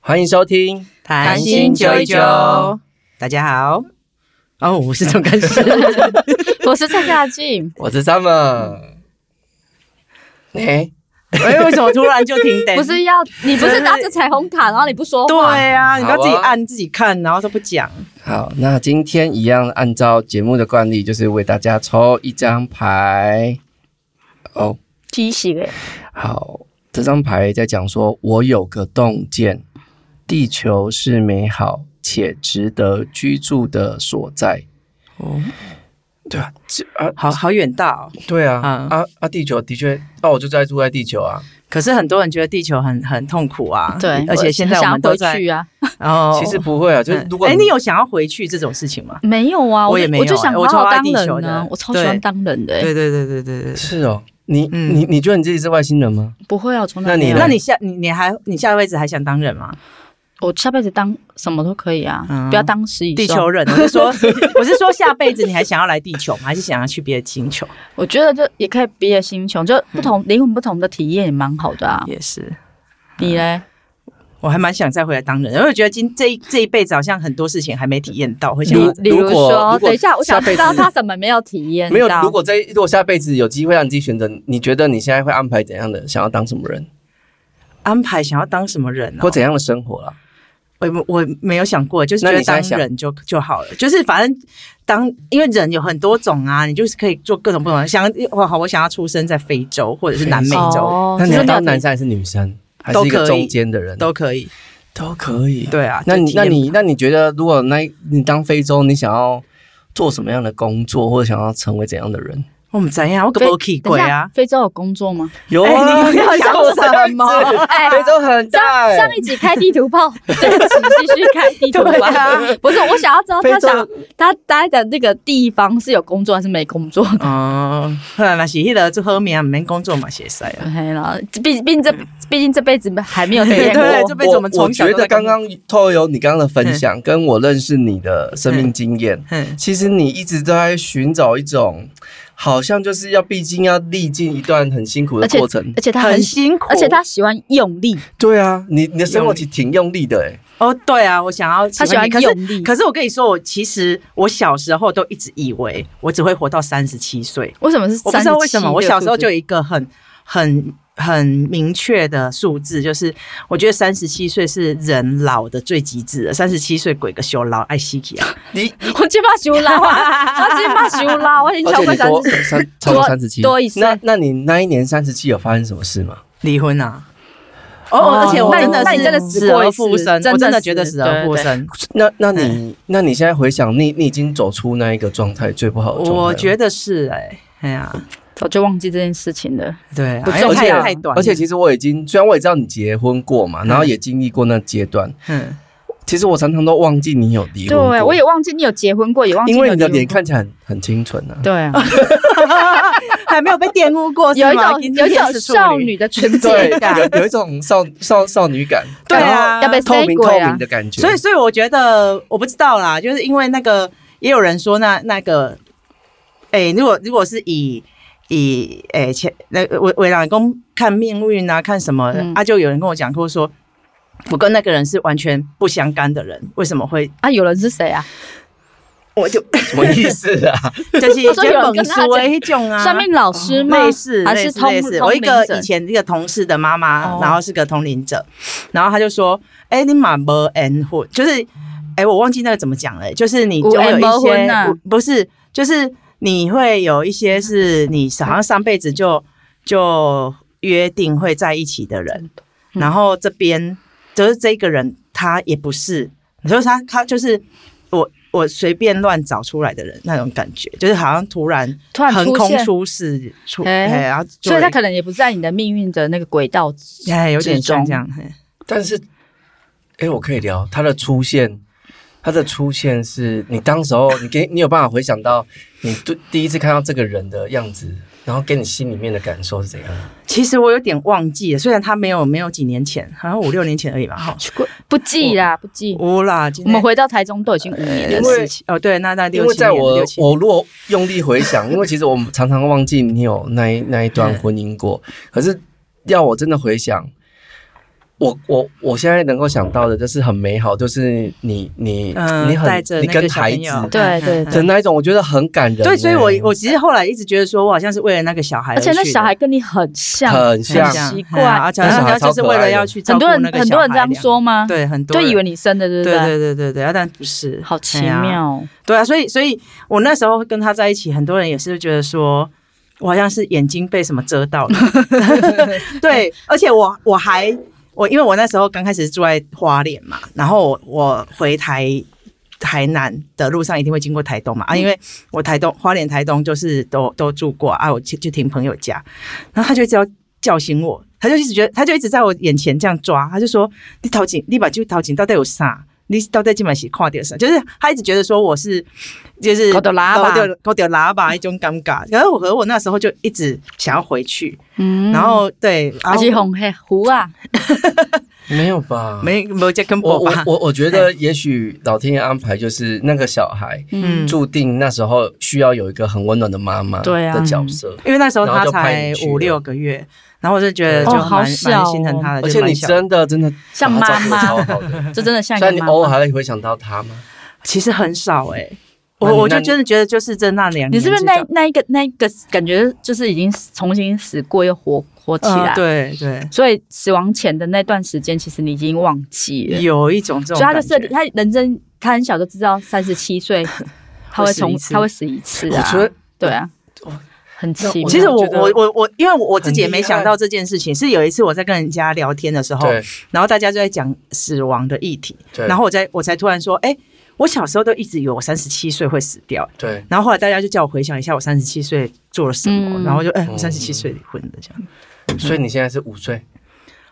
欢迎收听《谈心九一九大家好，哦，我是总干事， 我是蔡佳静， 我是 Summer。哎、哎，为什么突然就停等？ 不是要你不是拿着彩虹卡，然后你不说 话，对啊，你不要自己好啊按自己看，然后都不讲。好，那今天一样按照节目的惯例，就是为大家抽一张牌。哦，畸形哎，好，这张牌在讲说，我有个洞见，地球是美好且值得居住的所在。哦，对啊，这啊，好好远大哦。对啊，啊啊啊，地球的确，那我就在住在地球啊。可是很多人觉得地球很很痛苦啊。对，而且现在我嗯想们都回在去啊，哦其实不会啊，就是如果哎，你有想要回去这种事情吗？没有啊，我就也没有我就想好我超好爱当地球人的呢，我超喜欢对当人的欸，对对对对对。是哦，你嗯你你觉得你自己是外星人吗？不会啊，我从那来你没有呢那你下你你还你下辈子还想当人吗？我下辈子当什么都可以啊嗯，不要当食蚁地兽球人，我是说 我是说下辈子你还想要来地球吗？还是想要去别的星球？我觉得这也可以别的星球，就不同灵魂不同的体验也蛮好的啊。也是，你嘞？我还蛮想再回来当人，因为我觉得今这一这一辈子好像很多事情还没体验到，会想如要你例如如果说如，果等一下，我想下辈知子道他怎么没有体验没有。到如果在如果下辈子有机会让你自己选择，你觉得你现在会安排怎样的，想要当什么人，安排想要当什么人、哦，或怎样的生活啦？我我没有想过，就是那觉你得当现在想人就就好了，就是反正当因为人有很多种啊，你就是可以做各种不同的。想我好，我想要出生在非洲或者是南美洲、哦那你要就是当没有男体生还是女生，还都是一个可以中间的人？都可以。都可以。对啊，那你就体那验你那你觉得，如果那你当非洲，你想要做什么样的工作，或者想要成为怎样的人？我们怎样？我可非不可以等鬼一下啊？非洲有工作吗？有哎 你要想我什么？哎非洲很大、上欸，上一集开地图炮，这一集继续开地 图对炮。啊不是，我想要知道非他洲想他待的那个地方是有工作还是没工作的。哦，后来那是迄个做好命，免工作嘛，写塞啊。嘿啦，毕毕竟这毕竟这辈子还没有体验 过。对这辈子我们哎我从小觉都得在刚工作刚透由你刚刚的分享，跟我认识你的生命经验，嗯，其实你一直都在寻找一种，好像就是要毕竟要历尽一段很辛苦的而且过程而。且他很很，辛苦，而且他喜欢用力，对啊，你你的生活用其实挺用力的哎、哦，对啊，我想要他喜欢你可是用力可是我跟你说，我其实我小时候都一直以为我只会活到三十七岁。为什么是？我不知道为什么，我小时候就有一个很很很明确的数字，就是我觉得三十七岁是人老的最极致的，三十七岁鬼个修老爱西奇啊！你我鸡巴修啦， 我鸡巴修啦，我已经而超且过你三多十，三超过三十七，多一岁那那你那一年三十七有发生什么事吗？ 离婚啊！哦哦，而且我那你真的是那你真的死死过一而次复生，真的我真的是觉得死而复生。那那哎你那你现在回想，你你已经走出那一个状态最不好的状态了，我觉得是哎，哎呀，早就忘记这件事情了。对啊不，因重为太要太短了，而且其实我已经，虽然我也知道你结婚过嘛，嗯然后也经历过那阶段，嗯，其实我常常都忘记你有离婚对，过。我也忘记你有结婚过，也忘记因为你的有离脸婚看起来很很清纯啊过。。对啊。 还没有被玷污过，有哦是 一吗种今有天一种是处少女女的纯对，洁感，有有一种少少少女感，对然啊后要被透塞明鬼透啊明！的感觉。所以，所以我觉得我不知道啦，就是因为那个也有人说那那个，哎、如果如果是以以哎、前那伟伟老公看命运啊，看什么的、嗯啊，就有人跟我讲过说。我跟那个人是完全不相干的人，为什么会？啊，有人是谁啊？我就什么意思啊？就是 一他说有些人本跟他书讲的一种啊，算命老师吗？类似还类是似通类似通我一个灵者以前一个同事的妈妈，哦然后是个通灵者，然后他就说：“哎、你妈没恩婚，就是哎、我忘记那个怎么讲了、就是你就会有有缘一没些婚啊不不是，就是你会有一些是你好像上辈子就就约定会在一起的人，嗯然后这边就是这个人他也不是，就是他他就是我。”我随便乱找出来的人，那种感觉就是好像突然突然横出空现，出世出，哎哎，然后所以他可能也不在你的命运的那个轨道。能哎有点之中像这样，嘿 但是，哎，我可以聊他的出现，他的出现是你当时候，你给你有办法回想到你对第一次看到这个人的样子，然后跟你心里面的感受是怎样的？其实我有点忘记了，虽然他没有没有几年前，好像五六年前而已吧，哈。不记啦，不记。我啦，今我天们回到台中都已经五年呃了因，为十七哦，对，那那因六为七在年，我六七年我如果用力回想，因为其实我们 常常忘嗯记你有那一那一段婚姻过，可是要我真的回想，我我我现在能够想到的，就是很美好，就是你你、嗯你带很着你那个跟小孩朋子友，对对的那一种，我觉得很感人欸、对，所以我我其实后来一直觉得说，我好像是为了那个小孩而而去的，且那小孩跟你很像，很很像很，像像奇怪嗯而且那小人孩家超就是可为了爱的要去照很顾多人那个很小多人孩这样量，说吗？对，很多就人以为你生的，对对不对？对对对对，啊但不是，好奇哎呀妙哦，对啊，所以所以我那时候跟他在一起，很多人也是觉得说。我好像是眼睛被什么遮到了， 对，而且我我还我因为我那时候刚开始住在花莲嘛，然后我我回台台南的路上一定会经过台东嘛嗯啊，因为我台东花莲台东就是都都住过啊，我去去听朋友家，然后他就一直要叫醒我，他就一直觉得他就一直在我眼前这样抓，他就说你头颈你把就头颈到底有啥？你到底今晚是看到啥？就是他一直觉得说我是就是搞到喇叭搞到搞到喇叭一种尴尬，然后我和我那时候就一直想要回去，嗯，然后对，然而后且红黑糊啊，没有吧？没没有这跟我我我吧，我我觉得也许老天爷安排就是那个小孩嗯，注定那时候需要有一个很温暖的妈妈对啊的角色，因为那时候然后他就派才你去五了六个月，然后我就觉得哦就蛮好蛮小心疼他的，而嗯就且你蛮小真的真的像把她妈妈照顾得超好的，嗯这真的像一虽然你个妈偶尔妈。还会回想到他吗？其实很少哎、那我你我那就你真的觉得就是在那两年你之是中，不是那那一个那一个感觉就是已经重新死过又活活起来？呃，对对，所以死亡前的那段时间，其实你已经忘记了。有一种这所种以他感的觉，设定，他人生他很小就知道三十 七岁他会会死一从次他会死一次我啊觉，得对啊我，很奇我妙。其实我觉得我我我，因为我我自己也很厉没想害到这件事情，是有一次我在跟人家聊天的时候，对然后大家就在讲死亡的议题，对然后我才我才突然说，哎、我小时候都一直以为我三十七岁会死掉，对，然后后来大家就叫我回想一下我三十七岁做了什么，嗯然后就哎、我嗯三十七岁离婚的这样。所以你现在是五岁，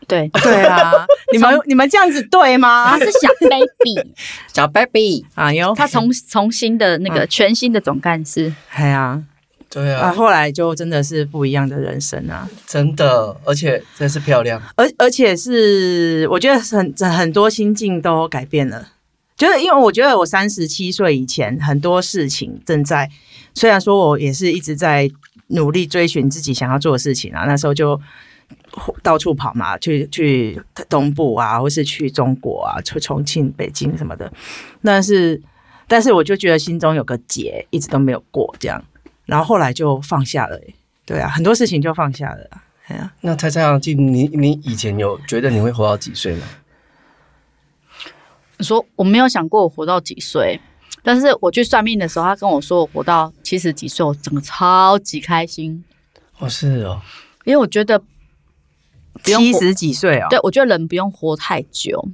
对，对 啊，你们你们这样子对吗他？是小 baby，小 baby，哎呦， 他从从新的那嗯个全新的总干事，哎呀对啊，啊，后来就真的是不一样的人生啊，真的，而且真是漂亮，而而且是我觉得很很多心境都改变了，就是因为我觉得我三十七岁以前很多事情正在，虽然说我也是一直在努力追寻自己想要做的事情啊，那时候就。到处跑嘛，去去东部啊，或是去中国啊，去重庆、北京什么的。但是，但是我就觉得心中有个结，一直都没有过这样。然后后来就放下了、欸对啊，很多事情就放下了啊。哎呀、那蔡蔡阳静，你你以前有觉得你会活到几岁吗？你说我没有想过我活到几岁，但是我去算命的时候，他跟我说我活到七十几岁，我整个超级开心，哦，是哦，因为我觉得不用七活十几岁哦，对我觉得人不用活太久，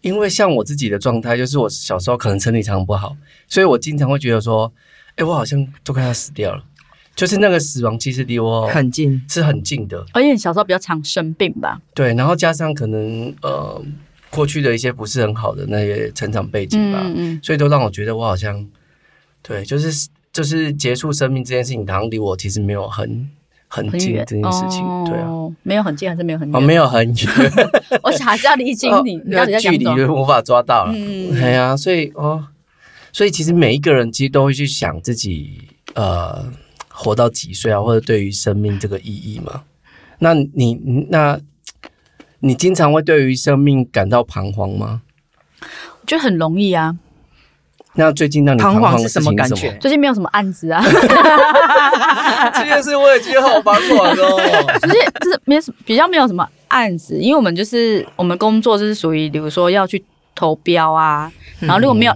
因为像我自己的状态，就是我小时候可能身体常常不好，所以我经常会觉得说，哎、我好像都快要死掉了，就是那个死亡其实离我很近。是很近的，而且你小时候比较常生病吧，对，然后加上可能呃过去的一些不是很好的那些成长背景吧，嗯，所以都让我觉得我好像，对，就是就是结束生命这件事情，好像离我其实没有很很很近远这件事情，对啊。哦没有很近还是没有很哦，远，没有很 远，我想还是要理清 你，哦你到底在距讲离什么？就无法抓到了。嗯对呀、所以哦，所以其实每一个人其实都会去想自己呃活到几岁啊，或者对于生命这个意义嘛。那你那你经常会对于生命感到彷徨吗？我觉得很容易啊，那最近让你彷彷徨徨的事是什情么是感什么？觉？最近没有什么案子啊， 这件事我也觉得好彷徨哦。就是就是没什么比较没有什么案子，因为我们就是我们工作就是属于，比如说要去投标啊，嗯然后如果没有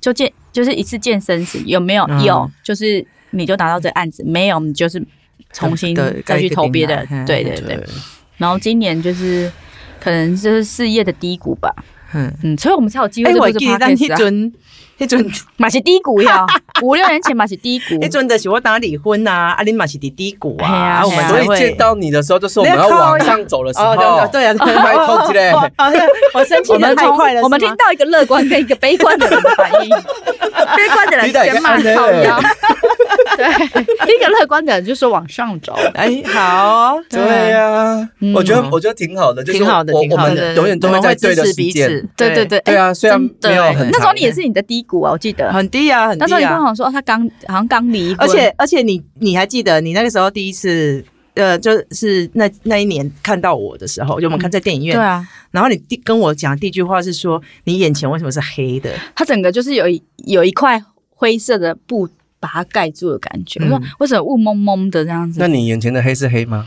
就健就是一次健身死，有没有？嗯有，就是你就拿到这个案子，没有你就是重嗯新对再去投别该的一个平台，对对对。然后今年就是可能就是事业的低谷吧，嗯，嗯，所以我们才有机会哎，做我这个记得咱迄 podcast 啊。阵，迄阵，嘛是低 谷呀，五六年前嘛是低谷，迄阵的是我打离婚啊，啊，你嘛是伫低谷嘿啊啊，啊，我嘿们啊所才以会见到你的时候，就是我们要往上走的时候。哦，对啊，对啊，拜托之类哦哦对我生气我的们太从快了，我们是听吗到一个乐观跟一个悲观的人的反 应，悲观的人先骂靠腰， 对，一个乐观的人就说往上走，哎，好，对呀嗯，我觉得我觉得挺好的，就是挺好的我挺我好的们永远都我会们在会对支的持时彼间。此，对对对，对啊，哎虽然没有很真的那时候长你也是你的低谷啊，我记得很低啊，很那时候低你跟啊我。讲说哦他刚好像刚离而婚，且而且你你还记得你那个时候第一次呃，就是那那一年看到我的时候，就我们看在电影院，对啊，然后你第跟我讲第一句话是说，你眼前为什么是黑的？它整个就是有一有一块灰色的布把它盖住的感觉。我说嗯为什么雾蒙蒙的这样子那？你眼前的黑是黑吗？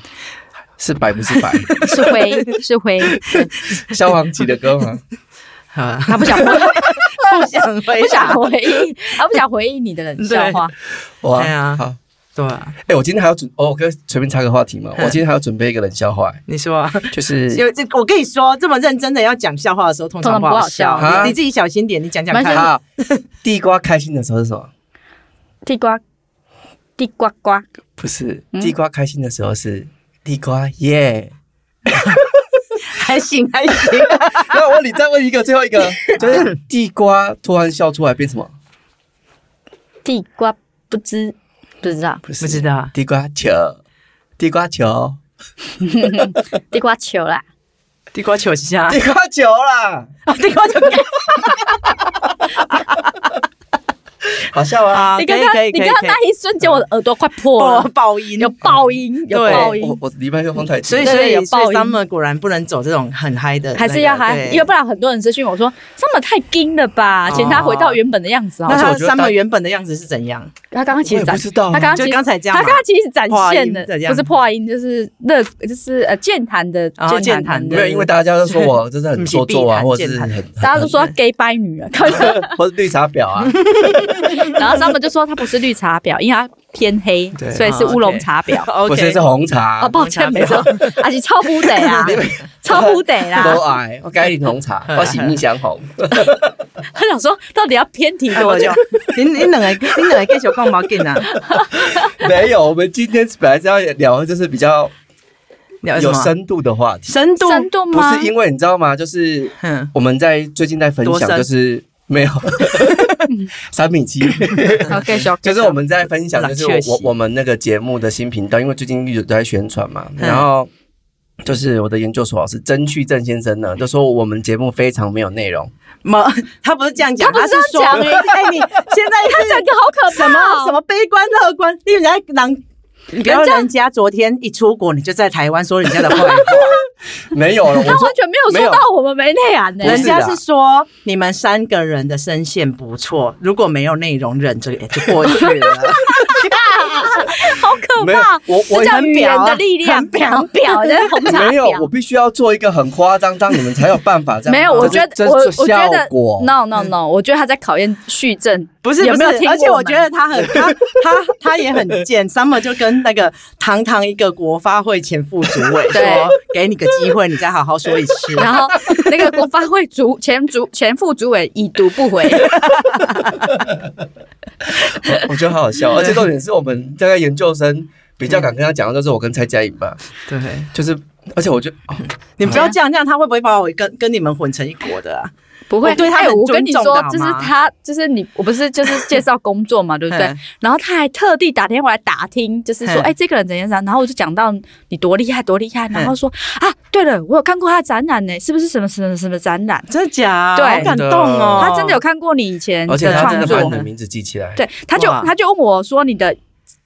是白不 是白？是 灰，是灰，对消防局的歌 吗？好啊，他不想回，不想回，不想，回应，他不想回应你的冷笑话。哇，对啊好，对啊，哎、我今天还要准，哦，我可以随便插个话题嘛。嗯我今天还要准备一个冷笑 话、你说啊，就是有这我跟你说，这么认真的要讲笑话的时候，通常通常不好好笑啊你你自己小心点，你讲讲没事看。啊，地瓜开心的时候是什么？地瓜，地瓜瓜，不是，嗯地瓜开心的时候是地瓜耶。还行还行，那我问你，再问一个，最后一个，就是地瓜突然笑出来变什么？地瓜不知不知 道，不是，不知道地瓜球，地瓜球，地瓜球啦，地瓜球虾地瓜球啦，啊，地瓜球好笑吗？ 啊，可 你以刚刚可以你可以刚刚可以，那一瞬间，我的耳朵快破爆了，爆音 有爆音，有对爆音我，我离麦克风太近，所以对所以有所爆以音 summer 果然不能走这种很嗨的那个，还是要还，对要不然很多人私讯我说这么太精了吧，哦请他回到原本的样子那啊。是他我觉得大 summer 原本的样子是怎样？他刚刚其实我展也不知道啊他刚刚其就实刚才这样他嘛，刚刚其实展现破音这的样不是破音，就是乐，就是呃健谈的哦健谈的没有，因为大家都说我就是很做作啊，不或是者避是谈很， 大家都 说 gay 掰女啊，很或者绿茶婊啊， 然后他们就说他不是绿茶婊，因为他偏黑对，所以是乌龙茶婊。不是哦 OK 是红茶哦，，抱歉，没红错茶，而且超不 得啊，超不得都啦！爱我哦该饮红茶，我喜蜜香红。他想说到底要偏题哎多我久就？你你两个你两个继续讲毛紧啊，没有，我们今天本来是要聊的就是比较聊什有么深度的话题，深度，深度不吗？是因为你知道吗？就是嗯，我们在最近在分多享，深就是没 有三米七， OK，小 就是我们在分享，就是冷却期我我们那个节目的新频道，因为最近一直都在宣传嘛，嗯然后。就是我的研究所老师曾旭正先生呢，就说我们节目非常没有内 容，毛 他不是这样讲，他不是说这样哎 哎，你现在他是整个好可怕、哦什么什？么悲观乐观，你人家人，你不要人家人家昨天一出国你就在台湾说人家的坏 话，没有了。我他说完全没有没说有到我们没内涵呢、不人是家啊是说你们三个人的声线不错，如果没有内容忍着也就过去 了。好可没有怕！，我我这叫很语表言啊的力量，很表很表的红茶婊没有，我必须要做一个很夸张，这样你们才有办法这样。没有，我这觉是得这我是我效觉得果。 no no no，我觉得他在考验序证，嗯 不是有不没是有听，而且我们觉得他很他他他也很贱。Summer 就跟那个堂堂一个国发会前副主委对说：“给你个机会，你再好好说一次。 然后那个国发会主前主前副主委已读不回， 我觉得好好笑，而且重点是我们大概研究生比较敢跟他讲的，就是我跟蔡佳颖吧，”对，就是，而且我觉得哦你不要这样，这样他会不会把我跟跟你们混成一国的啊？不会我对他哎很我跟你尊重说的，好就是吗他，就是你，我不是就是介绍工作嘛，对不对嗯？然后他还特地打电话来打听，就是说，嗯哎，这个人怎样怎样。然后我就讲到你多厉害，多厉害。嗯然后说啊，对了，我有看过他的展览呢，是不是什么什么什么展览？真的假？对好感动哦！他真的有看过你以前而且的他真创的作把你的名字记起来，对，他就哇他就问我说你的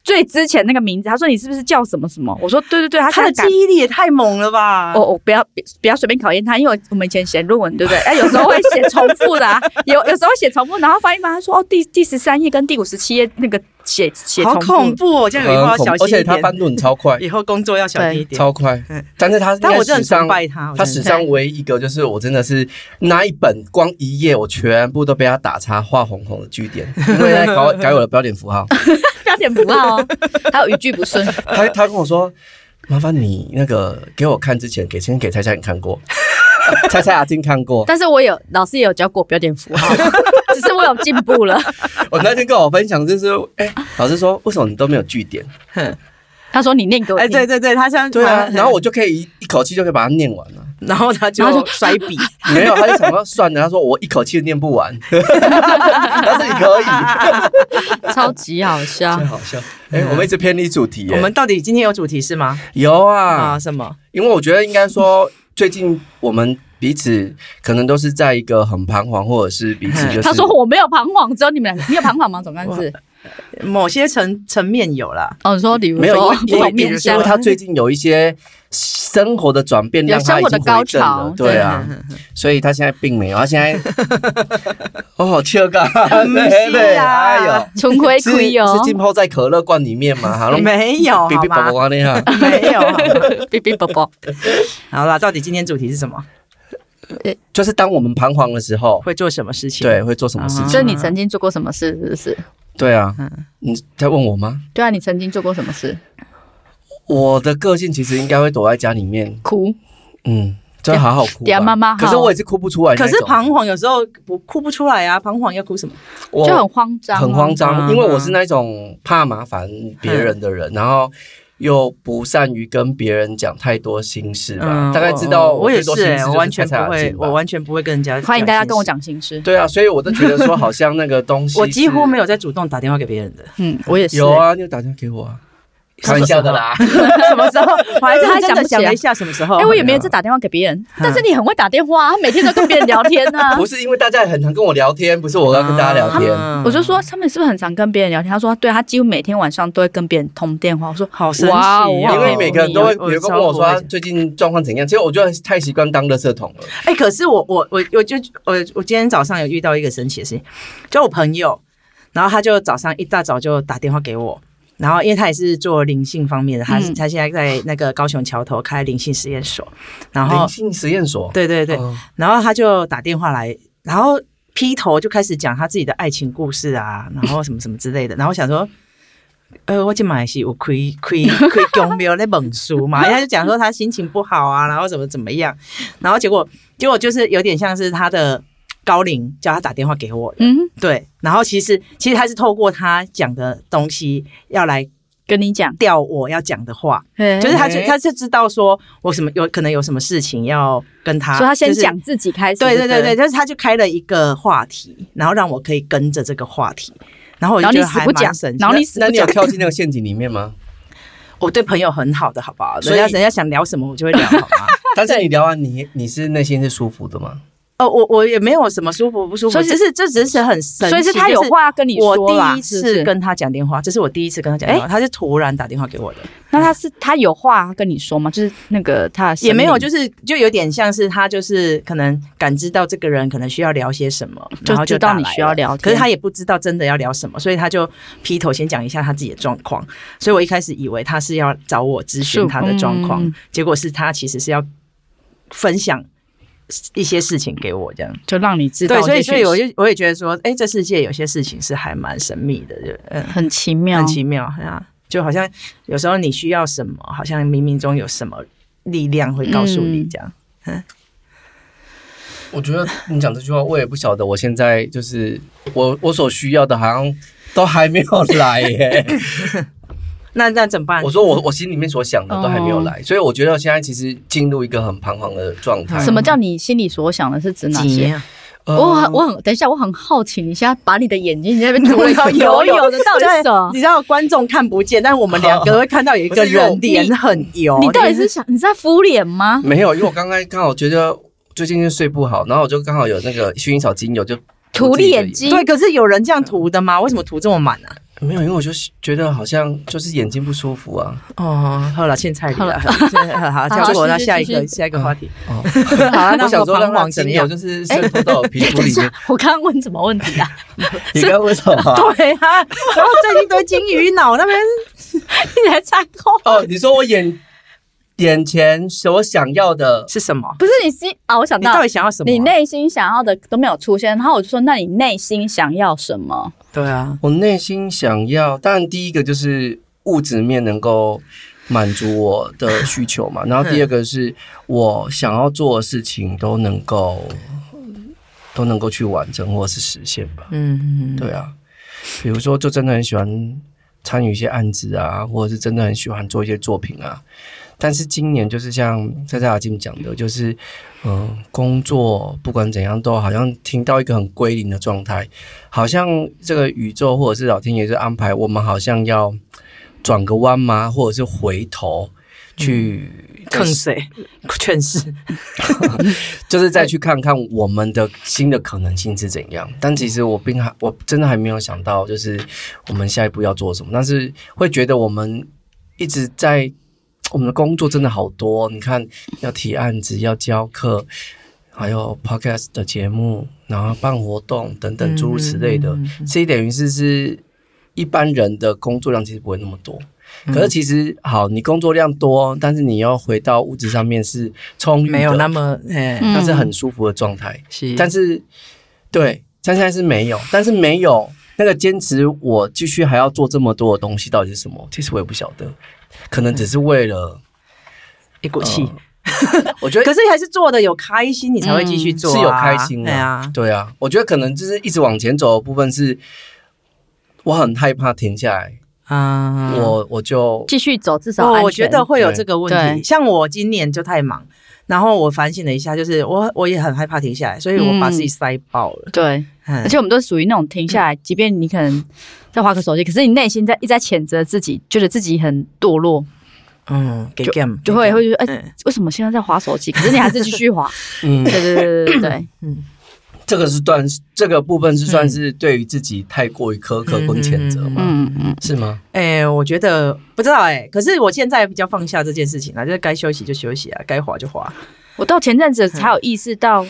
最之前那个名字，他说你是不是叫什么什么？我说对对对，他他的敢记。忆力也太猛了吧！我我哦不要不要随便考验他，因为我们以前写论文，对不对？哎，有时候会写重复的、啊，有有时候写重复，然后翻译嘛，他说哦，第第十三页跟第五十七页那个写写好重恐复，怖哦！这样有一很要恐小怖，而心且一他点，翻滚超快，以后工作要小心一点。超快嗯，但是他应但该我真的史上很崇拜他，我他真史的上唯一一个，就是我真的是那一本光一页，我全部都被他打叉画红红的句点，因为他改改我的标点符 号。标点符号哦，还有语句不顺，他他跟我说，麻烦你那个给我看之前，给先给蔡蔡你看过， 蔡蔡阿金看过。但是我有老师也有教过标点符号，只是我有进步了。我那天跟我分享就是，哎、老师说为什么你都没有句 点？他说你念给我哎，听，对对对，他像对啊，他然后我就可以一一口气就可以把它念完了。然后他然后就就摔笔， 没有，他就想说算了，他说我一口气念不完， 但是你可 以，超级好笑真。好笑。哎、我们一直偏离主题耶、我们到底今天有主题是吗？有啊啊，，什么？因为我觉得应该说，最近我们彼此可能都是在一个很彷徨，或者是彼此就是嗯他说我没有彷徨，只有你们两个，你有彷徨吗？总干事，某些层层面有啦，哦，你说比如没有， 说因为某因面为因向为，他 最近有一些生活的转变，有让他已生活的经高回正了潮，对啊，所以他现在并没有，他现 在哦，切个，啊对对，哎呦，纯亏是亏哦是， 浸泡在可乐罐里面吗？好了，没有比好比宝吗？宝那样，没有。好吗哔哔啵啵，好啦，到底今天主题是什么？就是当我们彷徨的时候，会做什么事情？对，会做什么事嗯情？就是你曾经做过什么事，是不是？对啊嗯，你在问我吗？对啊，你曾经做过什么事？我的个性其实应该会躲在家里面，哭，嗯，就好好哭嗲吧。妈妈可是我也是哭不出来那可一种，是彷徨有时候不哭不出来啊，彷徨要哭什么？我就很慌张啊，很慌嗯嗯张，因为我是那种怕麻烦别人的人，然后又不善于跟别人讲太多心事吧，大概知道嗯我我也最多是、心事欸，就是我完全蔡蔡不雅会静，吧我完全不会跟人 家。欢迎大家跟我，讲心事。对啊，所以我都觉得说好像那个东西， 我几乎没有在主动打电话给别人的。嗯，我也是。有，啊，你有打电话给我啊，开玩笑的啦，什么时候？ 我还他是真讲不的起想来了一下，什么时候？哎，我也没有在打电话给别人，但是你很会打电话啊，每天都跟别人聊天 啊不。是因为大家很常跟我聊天，不是我要跟大家聊天，嗯我就说他们是不是很常跟别人聊天？他说对，他几乎每天晚上都会跟别人通电话。我说好神奇、哇哦，哦因为每个人都会我有一个问我说超他不会最近状况怎样，其实我就太习惯当垃圾桶了，哎、可是我我我我就我我今天早上有遇到一个神奇的事情，就我朋友，然后他就早上一大早就打电话给我，然后因为他也是做灵性方面的，他、嗯他现在在那个高雄桥头开灵性实验所，然啊后灵性实验所，对对对，哦然后他就打电话来，然后劈头就开始讲他自己的爱情故事 啊，然后什么什么之类的，然后我想说。呃，我去马来西亚，我亏亏亏公没有那本书 嘛，他就讲说他心情不好啊，然后怎么怎么样，然后结果结果就是有点像是他的高龄叫他打电话给我，嗯，对，然后其实其实他是透过他讲的东西要来跟你讲，调我要讲的话，就就是他就哎他是知道说我什么有可能有什么事情要跟他，所以他先啊就是讲自己开始。对对对对，对，但是他就开了一个话题，然后让我可以跟着这个话题，然后我就然后觉你得死还不讲蛮神奇，的。然后你死那不你有讲，跳进那个陷阱里面 吗？ 我对朋友很好的，好不好？所人以家人家想聊什么，我就会聊，好 吗？但是你聊完，你你是内心是舒服的吗？哦，我我也没有什么舒服不舒服，所以是只是这只是很神奇，所以是他有就是话要跟你说我啦第一是不次是跟他讲电话，这是我第一次跟他讲电话，他是突然打电话给我的，那他是他有话跟你说吗？就是那个他的生命也没有，就是就有点像是他就是可能感知到这个人可能需要聊些什么，就然后知道打你来需要了聊天可是他也不知道真的要聊什么，所以他就劈头先讲一下他自己的状况。所以我一开始以为他是要找我咨询是他的状况，嗯结果是他其实是要分享一些事情给我这样。就让你知道对，一些所以讯息。所以我就我也觉得说，哎，这世界有些事情是还蛮神秘的，就嗯，很奇妙，很奇妙啊，就好像有时候你需要什么，好像冥冥中有什么力量会告诉你嗯这样。我觉得你讲这句话，我也不晓得。我现在就是我我所需要的，好像都还没有来耶。那那怎么 办？我说我我心里面所想的都还没有哦来，所以我觉得现在其实进入一个很彷徨的状态。什么叫哦你心里所想的是指哪急 些？啊呃我很我很等一下，我很好奇，你现在把你的眼睛你在那边涂了一个油油的，到底是什么你？知道观众看不见，但我们两个会看到有一个人脸很油。你到底是想你在敷脸吗？ 没有，因为我刚刚刚好觉得最近就睡不好，然后我就刚好有那个薰衣草精油就涂你眼睛，睛？对？可是有人这样涂的吗？为什么涂这么满啊？没有，因为我就是觉得好像就是眼睛不舒服啊。哦，好了，欠菜你好了了。 好，好，跳过到下一继个续下一个话题。哦， 好 了，那我想说彷让它徨怎精么油样？就是渗 透到我皮肤等一里面下。，我刚刚问什么问题啊？你刚刚为什么啊？ 对啊，然后最近都金鱼脑那边，你还插空？哦，你说我眼眼前所想要的，是什么？不是你心啊？我想你到到底想要什么啊？你内心想要的都没有出现，然后我就说，那你内心想要什么？对啊，我内心想要，当然第一个就是物质面能够满足我的需求嘛，然后第二个是我想要做的事情都能够都能够去完成或是实现吧。嗯，对啊，比如说就真的很喜欢参与一些案子啊，或者是真的很喜欢做一些作品啊。但是今年就是像在在阿静讲的，就是嗯、呃工作不管怎样都好像听到一个很归零的状态，好像这个宇宙或者是老天爷是安排我们好像要转个弯吗，或者是回头去坑谁？ 劝世，就是再去看看我们的新的可能性是怎样。但其实我并还我真的还没有想到，就是我们下一步要做什么。但是会觉得我们一直在我们的工作真的好多，哦你看要提案子，要教课，还有 podcast 的节目，然后办活动等等诸如此类的。嗯所以等于是是一般人的工作量其实不会那么多。可嗯是其实好，你工作量多，但是你要回到物质上面是充裕的，没有那么哎，嗯那是很舒服的状态。是，但是，对，但现在是没有，但是没有那个坚持，我继续还要做这么多的东西，到底是什么？其实我也不晓得，可能只是为 了，呃一股气。我觉得可是还是做的有开心，你才会继续做、啊是有开心对啊，对啊，我觉得可能就是一直往前走的部分是，我很害怕停下来，嗯啊，我我就继续走，至少安我全哦我觉得会有这个问对题。像我今年就太忙，然后我反省了一下，就是我我也很害怕停下来，所以我把自己塞爆了。对，嗯而且我们都是属于那种停下来，即便你可能在划个手机，可是你内心在一直在谴责自己，觉得自己很堕落，嗯，给 game 就会会觉得哎、嗯为什么现在在划手机？可是你还是继续划。嗯 对，对对对对对，这个是段这个部分是算是对于自己太过于苛刻跟谴责吗？嗯嗯，是吗？哎、我觉得不知道哎、可是我现在比较放下这件事情啊了，就是该休息就休息啊，该滑就滑。我到前阵子才有意识到，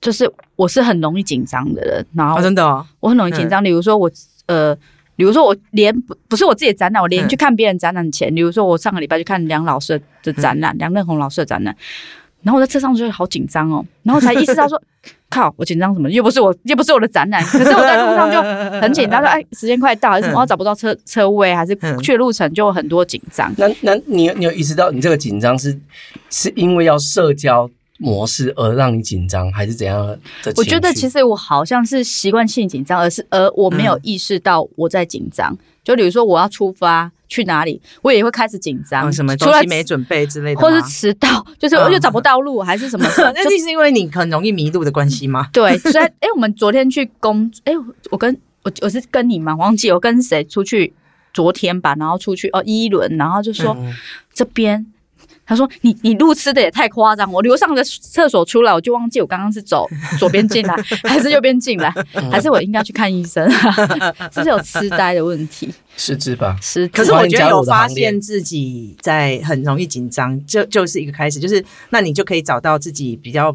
就是我是很容易紧张的人，然后啊，真的、哦，我很容易紧张。比如说我呃，比如说我连不不是我自己的展览，我连嗯去看别人展览前，比如说我上个礼拜去看梁老师的嗯展览，梁任红老师的展览，然后我在车上就好紧张哦，然后才意 识到说，靠，我紧张什么？又不是我，又不是我的展览。可是我在路 上就很紧张，说哎，时间快到，还是什嗯么我找不到车车位，还是嗯去的路程就有很多紧张。那那你有你有意识到你这个紧张是是因为要社交模式而让你紧张，还是怎样的情绪？我觉得其实我好像是习惯性紧张，而是而我嗯没有意识到我在紧张。就比如说我要出发去哪里，我也会开始紧张，嗯什么除东了西没准备之类的吗，或是迟到，就是嗯又找不到路，还是什么 那就那是因为你很容易迷路的关系吗？对，所以哎，我们昨天去工，哎，我跟我我是跟你嘛，忘记我跟谁出去，昨天吧，然后出去哦一轮，然后就说、嗯这边。他说：“你你路痴的也太夸张，我流上个厕所出来，我就忘记我刚刚是走左边进来 还是右边进来，嗯还是我应该去看医生、这 是有痴呆的问题，是知吧？痴呆。可是我觉欢迎加入得有我的行发列现自己在很容易紧张，就就是一个开始，就是那你就可以找到自己比较，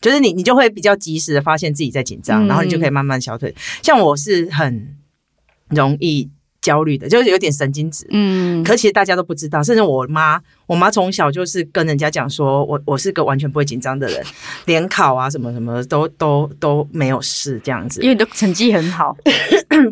就是你你就会比较及时的发现自己在紧张，嗯然后你就可以慢慢消退。像我是很容易焦虑的，就是有点神经质。嗯，可其实大家都不知道，甚至我妈，我妈从小就是跟人家讲说，我我是个完全不会紧张的人，联考啊什么什么都都都没有事这样子因。为你的成绩很好，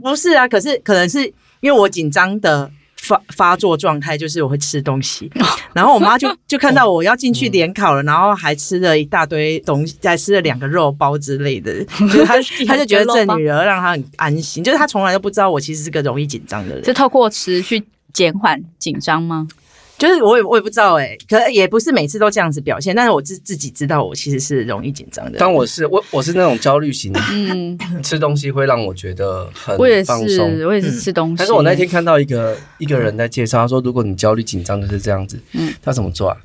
不是啊，可是可能是因为我紧张的发发作状态，就是我会吃东西，然后我妈就就看到我要进去联考了，然后还吃了一大堆东西，还吃了两个肉包之类的，就是她她就觉得这女儿让她很安心，就是她从来都不知道我其实是个容易紧张的人，是透过吃去减缓紧张吗？就是我也我也不知道哎、可也不是每次都这样子表现，但是我自自己知道我其实是容易紧张的人，但我是我我是那种焦虑型， 嗯，吃东西会让我觉得很我也放松。是，我也是嗯吃东西。但是我那天看到一个一个人在介绍，他说如果你焦虑紧张就是这样子，嗯他怎么做啊？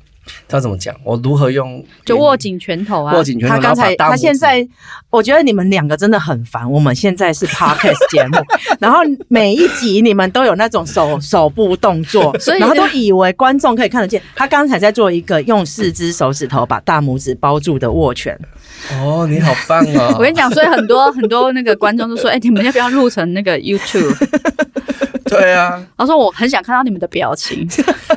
他怎么讲？我如何用就握紧拳头啊，握紧拳头？他刚才然后把大拇他指现在，我觉得你们两个真的很烦。我们现在是 podcast 节目，然后每一集你们都有那种手手部动作，所以然后都以为观众可以看得见。他刚才在做一个用四只手指头把大拇指包住的握拳，哦，你好棒哦！我 跟你讲，所以很多很多那个观众都说，哎、你们要不要录成那个 YouTube？对 啊，他说我很想看到你们的表情。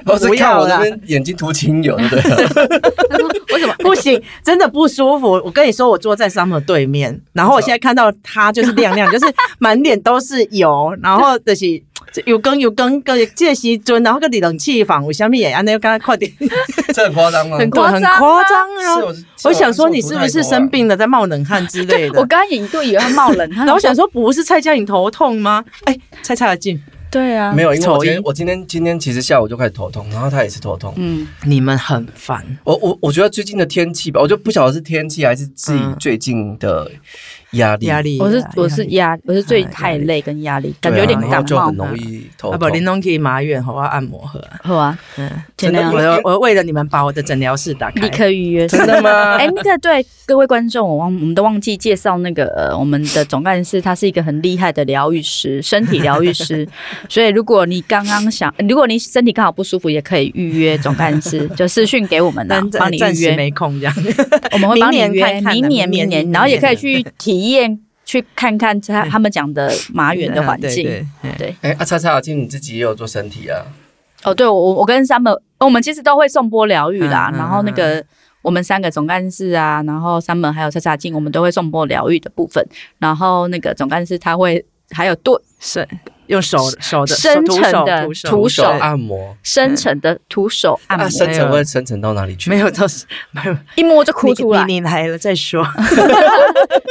我是不看要我那啦边眼睛涂清油，对不 对？他说为什么？不行，真的不舒服。我跟你说，我坐在 Summer 对面，然后我现在看到他就是亮亮，就是满脸都是油，然后就是有根有根个这时尊，然后个冷气房，我下面也安那刚刚快点，这很夸张哦吗？很对，很夸张啊。是我想说你是不是生？病了，在冒冷汗之类啊 我的。刚刚也一度以为他冒冷汗，然后我想说，不是蔡佳颖头痛吗？哎，蔡蔡的进，对啊，没有，因为我今天丑我今天今天其实下午就开始头痛，然后他也是头痛。嗯，你们很烦。我我我觉得最近的天气吧，我就不晓得是天气还是自己最近的压力，嗯压力啊，我是我是压力压，我是最压力太累跟压力，对感啊觉有点然后感就冒很，容易头啊痛不，你拢可以麻院，好我按摩好啊。好啊，嗯，尽真的，量我要我为了你们把我的诊疗室打开立。刻预 约。真的吗？哎，那个对各位观众，我忘我们都忘记介绍那个呃，我们的总干事，他是一个很厉害的疗愈师，身体疗愈 师。所以如果你刚刚想，如果你身体刚好不舒服，也可以预约总干 事，就私讯给我们啦但，帮你暂预时约。没空这样。我们会帮你明年约看看啊明年明年明年，明然后也年可以去体验去看看他他们讲的 麻园的环啊对境。，对对哎，啊，叉叉，其实你自己也有做身体啊，哦，对，我我我跟 Summer，我们其实都会送播疗愈啦，嗯嗯然后那个。我们三个总干事啊，然后 Summer 还有叉叉静，我们都会送播疗愈的部分。然后那个总干事他会还有对是用手手的深徒层手的徒手徒手手对按摩，深层的徒手按摩，啊，深层会深层到哪里去？没有都是没有一摸就哭出来你，你你来了再说，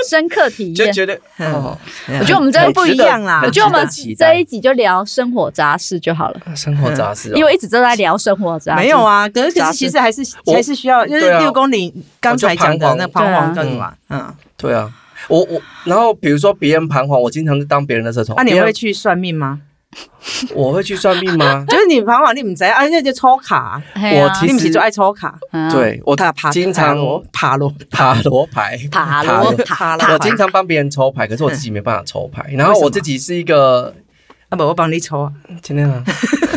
深刻体就验。觉得嗯哦，我我觉得我们这很不一值得样啦很我觉得我们值期待这一集就聊生活杂事就好了，啊生活杂事哦，因为一直都在聊生活杂事。没有啊，可是可是杂志其实还是我还是需要，就是对啊六公里刚才讲的那彷彷徨徨跟什么，嗯，对啊，我我然后比如说别人彷徨，我经常是当别人的社头，啊那你别人会去算命吗？？我会去算命吗 就是你彷徨，你唔知啊，那就抽卡，嘿啊，我其实你唔是就爱抽卡，啊嗯，对我塔爬经常塔罗塔罗塔罗牌，塔啊塔罗罗塔塔我罗经常帮别人抽牌，可是我自己没办法抽牌。然后为什么我自己是一个啊不，我帮你抽啊，今天啊，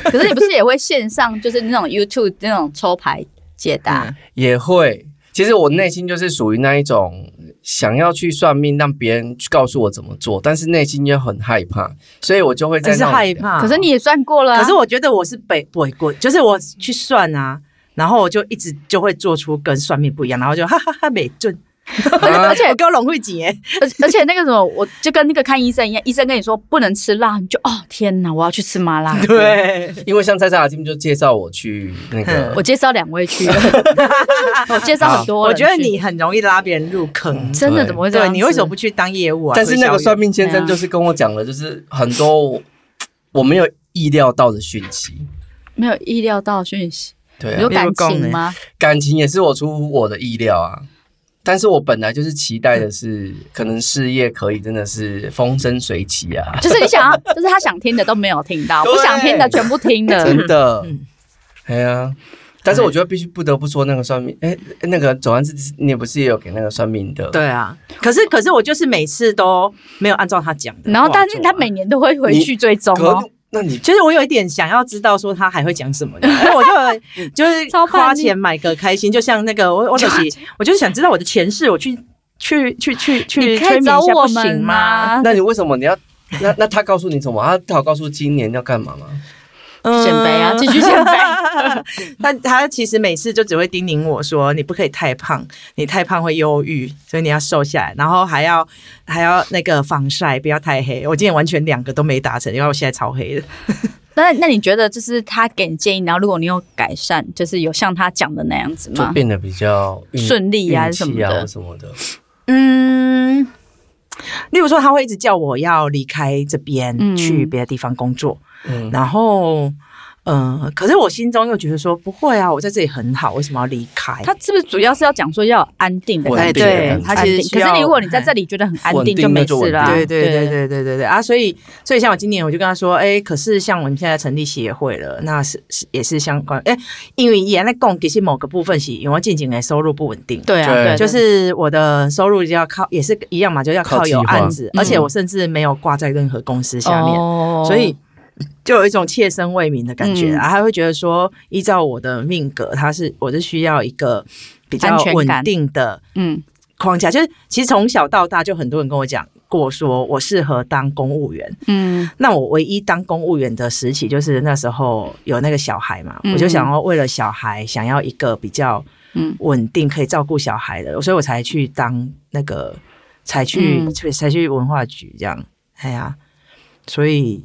可是你不是也会线上，就是那种 YouTube 那种抽牌解答？也会。其实我内心就是属于那一种想要去算命，让别人去告诉我怎么做，但是内心又很害怕，所以我就会在那只是种害。怕，可是你也算过了、啊，可是我觉得我是北北国，就是我去算啊，然后我就一直就会做出跟算命不一样，然后就哈哈哈没准，啊而且 我跟龙慧姐， 而而且那个什么，我就跟那个看医生一样，医生跟你说不能吃辣，你就哦天哪，我要去吃麻 辣。对，因为像在这阿金就介绍我去那我嗯个，介绍两位去，我介绍很多我人去觉得你很容易拉别人入坑，真的怎么会这样对子？你为什么不去当业务啊？但是那个推销算员命先生就是跟我讲了，就是很多我我没有意料到的讯息。没有意料到的讯息？对、你啊，说感情吗？感情也是我出乎我的意料啊。但是我本来就是期待的是，可能事业可以真的是风生水起啊，就是你想要，就是他想听的都没有听到，对不想听的全部听了。真的嗯。哎呀，但是我觉得必须不得不说那个算命，哎，那个总安是你不是也有给那个算命的？对啊，可是可是我就是每次都没有按照他讲的，啊然后，但是他每年都会回去追踪可哦。那你就是我有一点想要知道说他还会讲什么的，所以我 就就是超叛逆花钱买个开心，就像那个我我手机，我就是想知道我的前世，我去去去去去你可催以眠找一下我不行们吗？啊，那你为什么你要？那那他告诉你什么？他他有告诉今年要干嘛吗？减肥啊，嗯继续减肥。他他其实每次就只会叮咛我说，你不可以太胖，你太胖会忧郁，所以你要瘦下来，然后还要还要那个防晒，不要太黑。我今天完全两个都没达成，因为我现在超黑的。那那你觉得就是他给你建议，然后如果你有改善，就是有像他讲的那样子就吗？变得比较运啊顺利啊运气什么的啊什么的。嗯，例如说他会一直叫我要离开这边、嗯去别的地方工作，嗯，然后。呃，可是我心中又觉得说不会啊，我在这里很好，为什么要离开？他是不是主要是要讲说要有安定的感稳定觉？的感觉他他其其实实需可要是你如果你在这里觉得很安稳定定就没那就事啦。稳对对对对对对对啊！所以所以像我今年我就跟他说，哎、可是像我们现在成立协会了，那是是也是相关，哎、因为原来供其实某个部分是因为近几年收入不稳定。对啊，对对，就就是是我的收入就要靠，也是一样嘛，就要靠有靠计划案子，嗯而且我甚至没有挂在任何公司下面，哦所以就有一种切身为民的感觉嗯啊。他会觉得说，依照我的命格，他是我是需要一个比较安全稳感定的嗯，框架，就是其实从小到大就很多人跟我讲过，说我适合当公务员。嗯，那我唯一当公务员的时期，就是那时候有那个小孩嘛，嗯我就想要为了小孩，想要一个比较嗯稳定可以照顾小孩的，所以我才去当那个，才去、嗯去才去文化局这样。哎呀，所以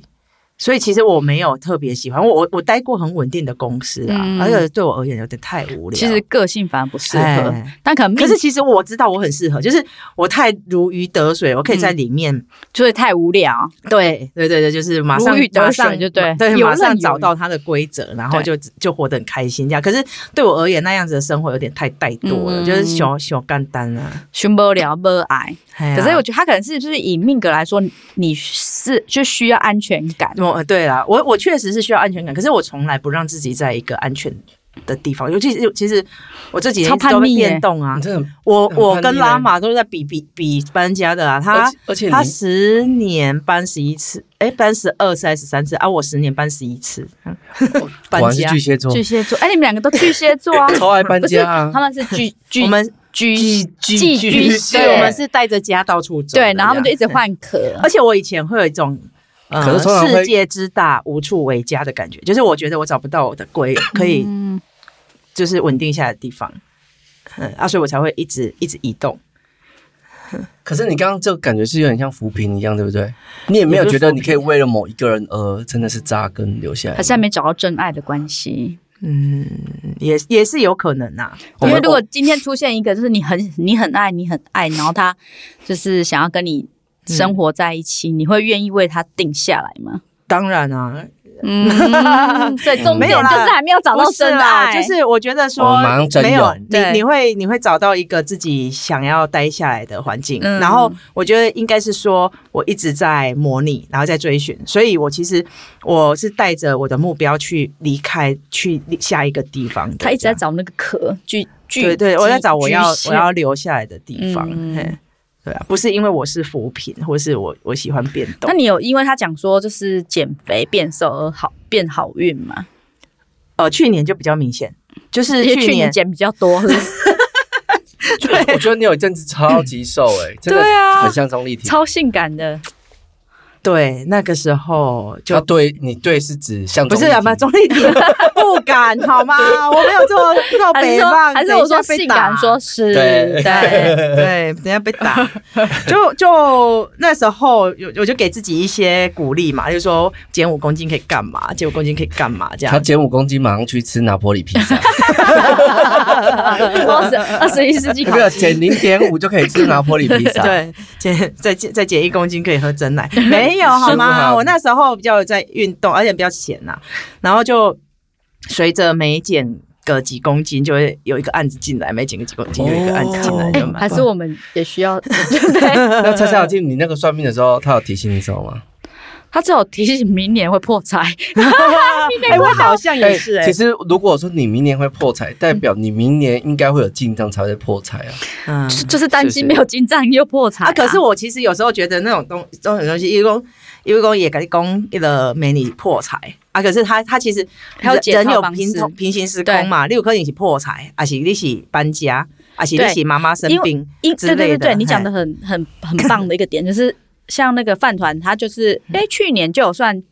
所以其实我没有特别喜欢，我我我待过很稳定的公司啊，嗯而且对我而言有点太无聊。其实个性反而不适合，哎但可能可命是其实我知道我很适合，就是我太如鱼得水，我可以嗯在里面。就是太无聊，对对对对，就是马上如鱼得马上水就对对，游刃马上有找余到它的规则，然后对就就活得很开心这样。可是对我而言，那样子的生活有点太怠惰了，嗯就是小小干单啊。寻不聊不爱。哎呀可是我觉得他可能是就是以命格来说，你是就需要安全感。我呃对啦，我我确实是需要安全感，可是我从来不让自己在一个安全的地方，尤其是其实我这几年超一直都叛逆在耶变动啊你。真的很，我很我叛逆跟耶拉玛都在比比比搬家的啊，他而且而他且十年搬十一次，哎，搬十二次还是十三次啊？我十年搬十一 次，你搬果然是家巨蟹座，，啊巨蟹座，哎，你们两个都巨蟹座 啊超爱搬不是家啊他！们是 巨巨我们巨巨寄巨居蟹蟹对，我们是带着家到处走的这对，样，然后他们就一直换壳嗯。，而且我以前会有一种。呃可是通常会世界之大，无处为家的感觉，就是我觉得我找不到我的归，可以嗯就是稳定下来的地方，嗯啊，所以我才会一直一直移动。可是你刚刚就感觉是有点像扶贫一样，对不对？你也没有觉得你可以为了某一个人而真的是扎根留下来吗。还是还没找到真爱的关系，嗯，也也是有可能啊。我因们为如果今天出现一个，就是你很你很爱你很爱，然后他就是想要跟你嗯生活在一起，你会愿意为他定下来吗？当然啊， 嗯，对，重没点有就啦是还没有找到不是真啦，爱，就是我觉得哦说马上真没有有你对，你会你会找到一个自己想要待下来的环境。嗯然后我觉得应该是说，我一直在模拟，然后在追寻，所以我其实我是带着我的目标去离开，去下一个地方的。他一直在这样找那个壳，巨巨对对，我在找我要巨蟹我要留下来的地方。嗯嘿对啊，不是因为我是扶贫，或是我我喜欢变动那。你有因为他讲说就是减肥变瘦而好变好运吗？呃，去年就比较明显，就是因为去去年年减比较多，是不 是 我觉得你有一阵子超级瘦哎、真的对啊很像钟丽缇。超性感的，对那个时候就他对你对是指像不钟是丽缇啊，把钟丽缇不敢好 吗？我没有做做还是北说棒，还是等一我说下被性打感，说是对对，对，等一下被打。 就就那时候有我就给自己一些鼓励嘛，就说减五公斤可以干嘛，减五公斤可以干嘛这他样。减五公斤，马上去吃拿破里披萨， 二十二十一世纪那个减零点五就可以吃拿破里披 啊萨。，对，减再减再减一公斤可以喝真奶，没有好是吗吗？我那时候比较有在运动，而且比较闲呐、然后就随着每减个几公斤，就会有一个案子进来，每减个几公斤有一嗯个案子进来，哦就哎，蛮还是我们也需要，对，那蔡小静，你那个算命的时候，他有提醒你什么 吗？他只有提醒明年会破财，嗯 哎、我好像也是哎、其实如果说你明年会破财，代表你明年应该会有进账才会破财啊。嗯就是担是心是没有进账又破财啊，可是我其实有时候觉得那种东这种东西，因为因为也跟你讲一个美女破财啊，可是他他其实还有解人套有方平式同平行时空嘛，例如可能你是破财，还是你是搬家，还是你对是妈妈生因为病因之对类的。对对对，你讲的嘿很很很棒的一个点，就是像那个饭团，他就是嗯哎、去年就有算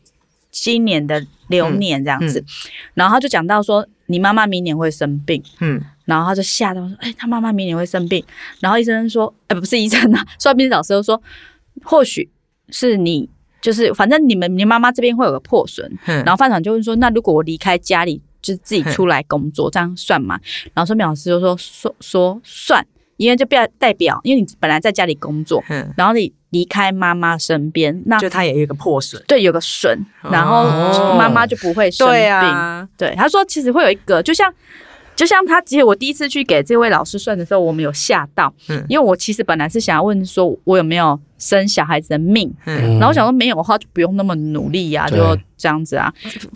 今年的流年这样子，嗯然后他就讲到说你妈妈明年会生病，嗯，然后他就吓到说哎、他妈妈明年会生病，然后医生说哎、不是医生啊， 算命老师就说或许是你就是反正你们你妈妈这边会有个破损，嗯然后饭团就问说：“那如果我离开家里，就自己出来工作，这样算吗？”然后孙淼老师就说：“说说算，因为就表代表，因为你本来在家里工作，嗯然后你离开妈妈身边，那就他也有一个破损，对有个损，然哦后妈妈就不会生病。对啊，对他说其实会有一个，就像。”就像他，其实我第一次去给这位老师算的时候，我们有吓到，嗯因为我其实本来是想要问说，我有没有生小孩子的命，嗯。然后我想说没有的话就不用那么努力呀、对就这样子啊。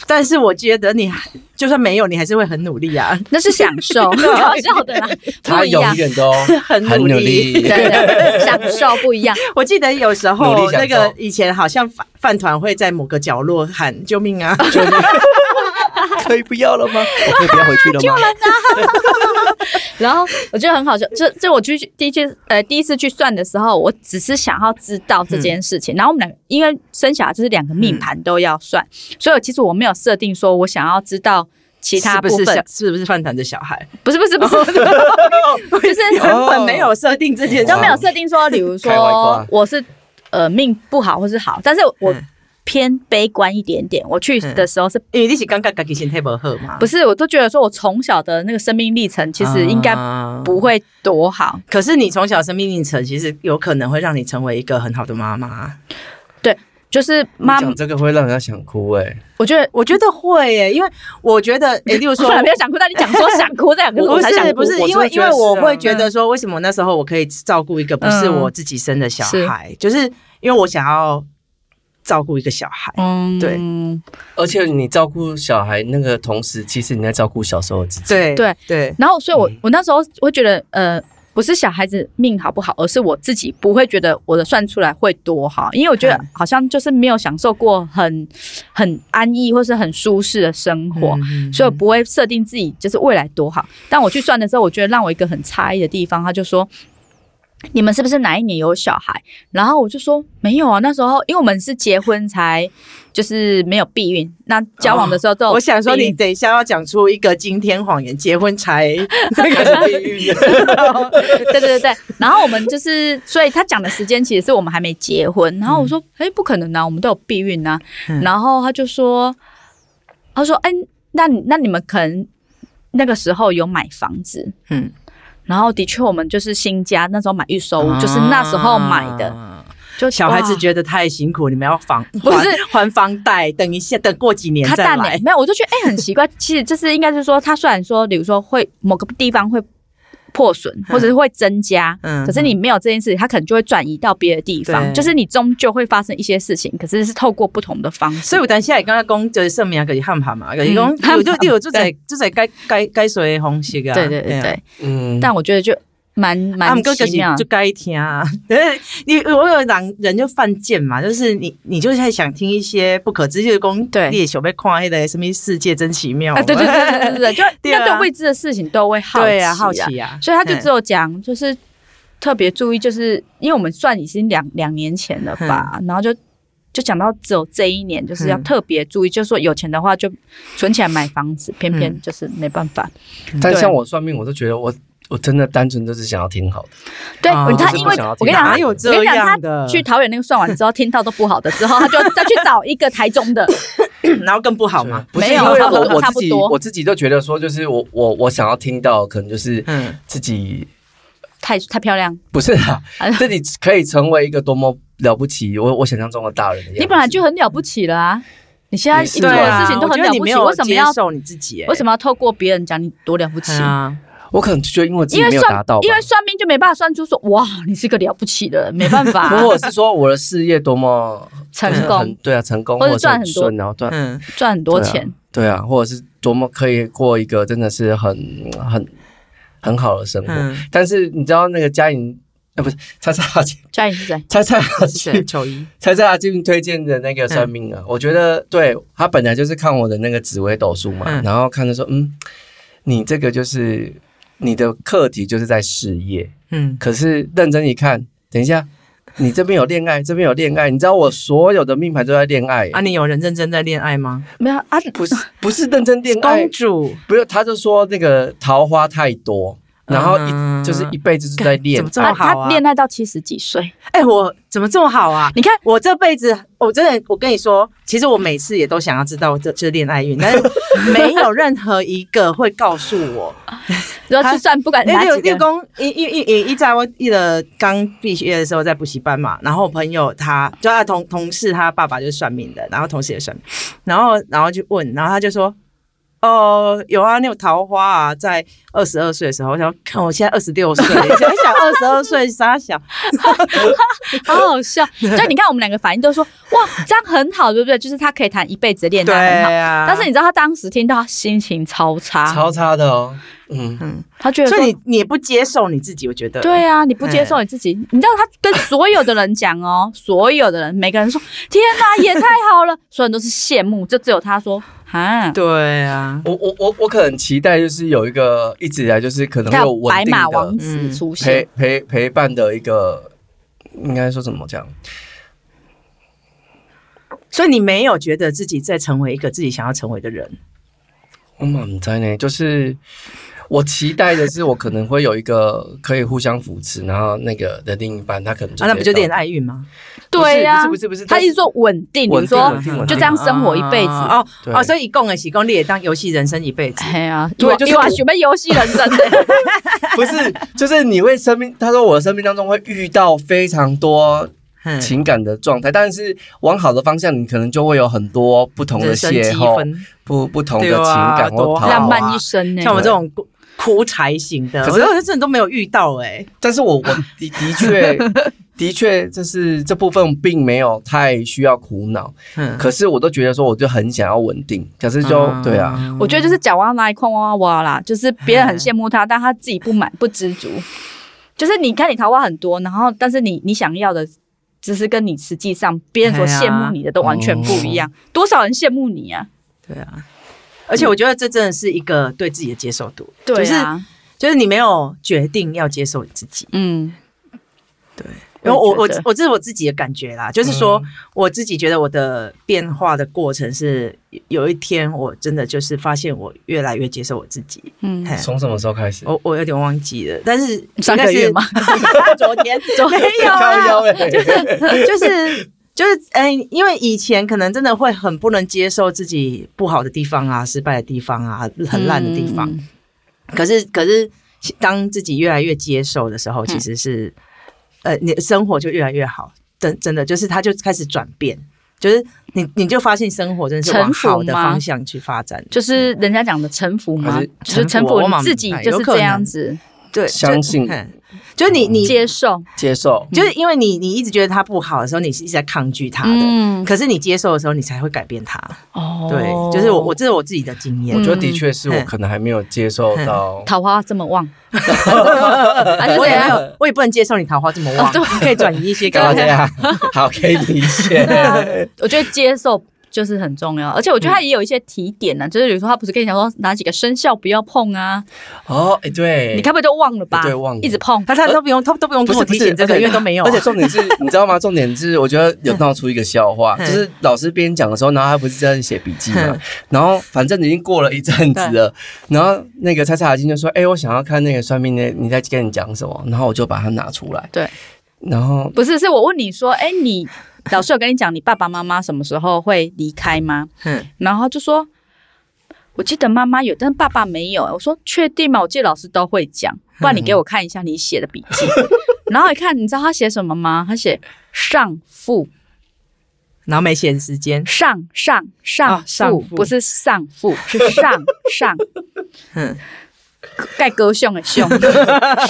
但是我觉得你还就算没有，你还是会很努力啊， 那是享受， 搞笑的啦，他不一永样。远 都很哦很努努力。力。对对，享受不一样。我记得有时努候力享那个受以前好像饭饭团会在某个角落喊救命啊， 可以不要了吗？我可以不要回去了吗？然后我觉得很好笑，这这我去第一次呃第一次去算的时候，我只是想要知道这嗯件事情。然后我们两个因为生小孩就是两个命盘都要算，所以其实我没有设定说我想要知道其他是部不是分，小是不是饭团的小孩？不是不是不是，哦就是 根哦本没有设定这件事，都没有设定说，比如开外挂说我是呃命不好或是好，但是我嗯偏悲观一点点。我去的时候是因为你是感觉自己身体不好嘛。不是，我都觉得说我从小的那个生命历程，其实应该啊不会多好。可是你从小生命历程，其实有可能会让你成为一个很好的妈妈。就是妈妈，讲这个会让人家想哭哎、我觉得我觉得会耶，因为我觉 得，诶，哎例如我 说，本来没有想哭，但你讲 说想哭这两个字，不我才想是哭。不是，我因真的为因觉得为我是啊会觉得说，为什么那时候我可以照顾一个不是我自己生的小孩，嗯就是因为我想要照顾一个小孩。嗯，对而且你照顾小孩那个同时，其实你在照顾小时候的 自己。对对对，然后，所以我嗯我那时候会觉得，呃，不是小孩子命好不好，而是我自己不会觉得我的算出来会多好，因为我觉得嗯好像就是没有享受过很很安逸或是很舒适的生活。嗯所以我不会设定自己就是未来多好。但我去算的时候，我觉得让我一个很诧异的地方，他就说：“你们是不是哪一年有小孩？”然后我就说：“没有啊，那时候因为我们是结婚才就是没有避孕，那交往的时候都有哦我想说，避你孕等一下要讲出一个惊天谎言，结婚才那这个 是地狱对对对对，然后我们就是，所以他讲的时间其实是我们还没结婚。然后我说，哎、不可能啊，我们都有避孕啊。嗯然后他就说，他说，哎，那你那你们可能那个时候有买房子，嗯然后的确我们就是新家那时候买预售屋，哦就是那时候买的，啊就小孩子哇觉得太辛苦，你们要房不是还还房贷，等一下，等过几年他再淡了来，。没有，我就觉得哎、很 奇怪。其实就是应该是说，他虽然说，比如说会某个地方会破损，或者是会增加，嗯可是你没有这件事情，他可能就会转移到别的地方，对就是你终究会发生一些事情，可是是透过不同的方式。所以有当时会感觉讲，就是说明就是喊喊嘛，就是嗯讲，有就喊喊你有做在做在解解解说的方式啊。对对对啊对，，嗯，但我觉得就蛮啊，蛮毋过就奇是妙就的。该听啊。 你我有人人就犯贱嘛，就是你你就是想听一些不可知，就是讲对你也想要看迄个什么世界真奇妙啊，对对对对对对，就对啊那对未知的事情都会好奇、对啊， 好奇啊，所以他就嗯只有讲，就是特别注意，就是因为我们算已经两两年前了吧，然后就就讲到只有这一年，就是要嗯特别注意，就是说有钱的话就存起来买房子，偏偏嗯就是没办法。但对像我算命，我都觉得我我真的单纯就是想要听好的。对，哦他就是因不为想要我跟听你讲，到他哪有我这跟你讲，样他的？去桃园那个算完之后，听到都不好的之后，他就再去找一个台中的， 然后更不好嘛。不是没因有为差不多我我差自不己多我自己都觉得说，就是我我我想要听到，可能就是嗯，自己太太漂亮。不是啊哎，自己可以成为一个多么了不起，我我想象中的大人的样子。你本来就很了不起了啊，你现在也是做啊的事情都我很觉了得你不没起，有为什么要接受你自己？为什么？么要透过别人讲你多了不起？啊，我可能就觉得，因为我自己因为没有算达到吧，因为算命就没办法算出说，哇，你是个了不起的人，没办 法、或者是说我的事业多么成就是功很对啊，成功或者者赚很很多顺，然后赚嗯，赚很多钱。对啊，或者是多么可以过一个真的是很很很好的生活。嗯但是你知道那个嘉颖，啊，不是蔡蔡阿金，家里是谁？蔡蔡阿是谁金，球衣。 蔡蔡阿金推荐的嗯那个算命啊，我觉得对他本来就是看我的那个紫微斗数嘛，嗯然后看着说，嗯，你这个就是你的课题就是在事业，嗯，可是认真一看，等一下。你这边有恋爱，这边有恋爱，你知道我所有的命盘都在恋爱、啊，你有人认真在恋爱吗？没有啊，不是 不是认真恋爱 公，主，不是，他就说那个桃花太多，然后一、嗯就是一辈子是在干练怎么这他么好他啊？恋爱到七十几岁，哎，我怎么这么好啊？你看 我这辈子，我真的，我跟你说，其实我每次也都想要知道这这恋爱运， 但是没有任何一个会告诉我。如果去算，不管因呃哪为几六个，公一一一一在我一的刚毕业的时候在补习班嘛，然后我朋友他就他同同事他爸爸就是算命的，然后同事也算命，然后然后就问，然后他就说。哦、有啊，那有桃花啊，在二十二岁的时候，我想，看我现在二十六岁，想一想二十二岁傻 小，好好 笑。就你看我们两个反应都说，哇，这样很好，对不对？就是他可以谈一辈子的恋对爱，很好。啊，但是你知道他当时听到，他心情超差，超差的哦。嗯，他觉得所说以你你也不接受你自己，我觉得对啊，你不接受你自己，你知道他跟所有的人讲哦，哎所有的人，每个人说天哪、 也太好了，所有人都是羡慕，就只有他说啊， 对啊，我我我我可能期待就是有一个一直以来就是可能会他有有稳白定马王的嗯子出陪现，陪陪伴的一个，应该说怎么讲？所以你没有觉得自己在成为一个自己想要成为的人，我满在呢，就是我期待的是，我可能会有一个可以互相扶持，然后那个的另一半，他可能啊，那不就恋恋爱运吗？对不呀、是不是不是，他一直说稳定，稳你定说稳定啊稳定哦就这样生活一辈子。哦对哦，所以共的喜共也当游戏人生一辈 子。哎呀，对哇就是哇我什么游戏人生欸的， 不是，就是你会生命，他说我的生命当中会遇到非常多嗯情感的状态，但是往好的方向，你可能就会有很多不同的人生邂积逅，分，不不同的对啊情感或多讨好啊浪 好。漫一生欸呢、像我这种哭哭柴型的，可可是是我真的都没有遇到哎。但是我我的的 确的确，就是这部分并没有太需要苦恼，嗯可是我都觉得说，我就很想要稳定，可是就、对啊，，我觉得嗯就是讲完来空哇哇哇啦，就是别人很羡慕他，但他自己不满不知足。就是你看你桃花很多，然后但是你你想要的，只是跟你实际上别人所啊羡慕你的都完全不一哦样。多少人羡慕你啊？对啊。而且我觉得这真的是一个对自己的接受度，对就是 啊，就是你没有决定要接受你自己。嗯，对，我也然后我我觉得嗯我这是我自己的感觉啦，就是说、我自己觉得我的变化的过程是有一天我真的就是发现我越来越接受我自己，嗯 嘿从什么时候开始？我我有点忘记了，但是上个月吗？ 昨天昨没有靠啊啦，腰 欸就是就是嗯、因为以前可能真的会很不能接受自己不好的地方啊、失败的地方啊、很烂的地方，嗯可是可是当自己越来越接受的时嗯候，其实是、呃，你的生活就越来越好，真真的就是它就开始转变，就是你你就发现生活真的是往臣服好的吗方向去发展，就是人家讲的臣服嘛还是，就是臣啊臣服服我你蛮自己明白就是有可这样能子对，就相信嗯就是你你接受，接受，嗯就是因为你你一直觉得它不好的时候，你是一直在抗拒它的。嗯，可是你接受的时候，你才会改变它。哦对，就是我，我这是我自己的经验我。觉得嗯的确是我可能还没有接受嗯到，桃花这么 旺， 啊还是我怎也没样？有，我也不能接受你桃花这么旺，对你可以转移一些给干嘛我这。样？嗯好，可以理 解。啊啊 我觉得接受就是很重要，而且我觉得他也有一些提点呢、就是比如说他不是跟你讲说哪几个生肖不要碰啊，哦，哎，对，你该不会都忘了吧？对忘了一直碰。他他都不用，他都不用不跟是我不提是醒这而个，且因为都没有啊。而且重点是，你知道吗？重点是，我觉得有闹出一个笑话，就 嗯是老师边讲的时候，然后他不是在那里写笔记嘛，然后反正已经过了一阵子了，然后那个蔡蔡雅金就说：“哎，我想要看那个算命的，你在跟你讲什么？”然后我就把它拿出来，对，然后不是，是我问你说，哎，你 老师有跟你讲你爸爸妈妈什么时候会离开吗？嗯然后他就说，我记得妈妈有，但是爸爸没有。我说确定吗？我记得老师都会讲，不然你给我看一下你写的笔 记。然后一看，你知道他写什么吗？他写上腹然后没闲时 间，上上上啊上腹，腹不是上 腹，是上上嗯，盖哥胸的胸，因